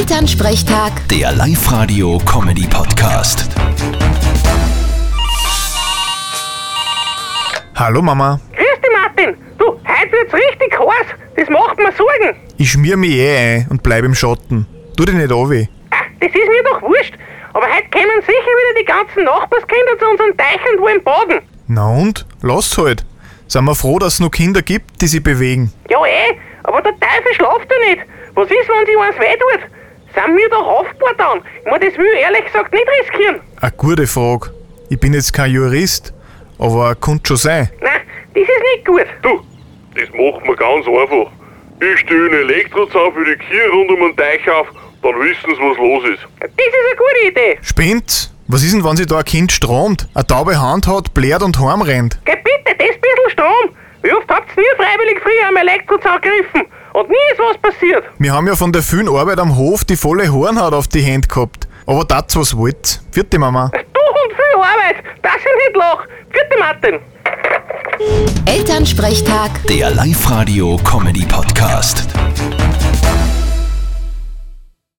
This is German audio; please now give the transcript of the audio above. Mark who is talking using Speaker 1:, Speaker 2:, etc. Speaker 1: Elternsprechtag,
Speaker 2: Der Live-Radio-Comedy-Podcast.
Speaker 3: Hallo Mama,
Speaker 4: Grüß dich, Martin. Du, heute wird's richtig heiß. Das macht mir Sorgen.
Speaker 3: ich schmier mich eh ein und bleib im Schatten. Tu dich nicht an weh.
Speaker 4: Ah, das ist mir doch wurscht. Aber heute kommen sicher wieder die ganzen Nachbarskinder zu unseren Teichen und wollen baden.
Speaker 3: Na und? Lass halt. Sind wir froh, dass es noch Kinder gibt, die sich bewegen.
Speaker 4: Ja, eh, aber der Teufel schlaft ja nicht. Was ist, wenn sie uns weh tut? Sind wir doch haftbar dann? Ich mein, das will ich ehrlich gesagt nicht riskieren.
Speaker 3: Eine gute Frage. Ich bin jetzt kein Jurist, aber könnte schon sein.
Speaker 4: Nein, das ist nicht gut.
Speaker 5: Du, das macht man ganz einfach. Ich stelle einen Elektrozaun für die Kühe rund um den Teich auf, dann wissen sie, was los ist.
Speaker 4: Das ist eine gute Idee.
Speaker 3: Spinnt's? Was ist denn, wenn sich da ein Kind stromt, eine taube Hand hat, blärt und heimrennt?
Speaker 4: Geh bitte, das bisschen Strom. Wie oft habt's nie freiwillig früher am Elektrozaun gegriffen? Und nie ist was passiert.
Speaker 3: Wir haben ja von der vielen Arbeit am Hof die volle Hornhaut auf die Hand gehabt. Aber das, was wollt's. Vierte Mama.
Speaker 4: Du und viel Arbeit, das ist nicht lach. Vierte Martin.
Speaker 1: Elternsprechtag.
Speaker 2: Der Live-Radio-Comedy-Podcast.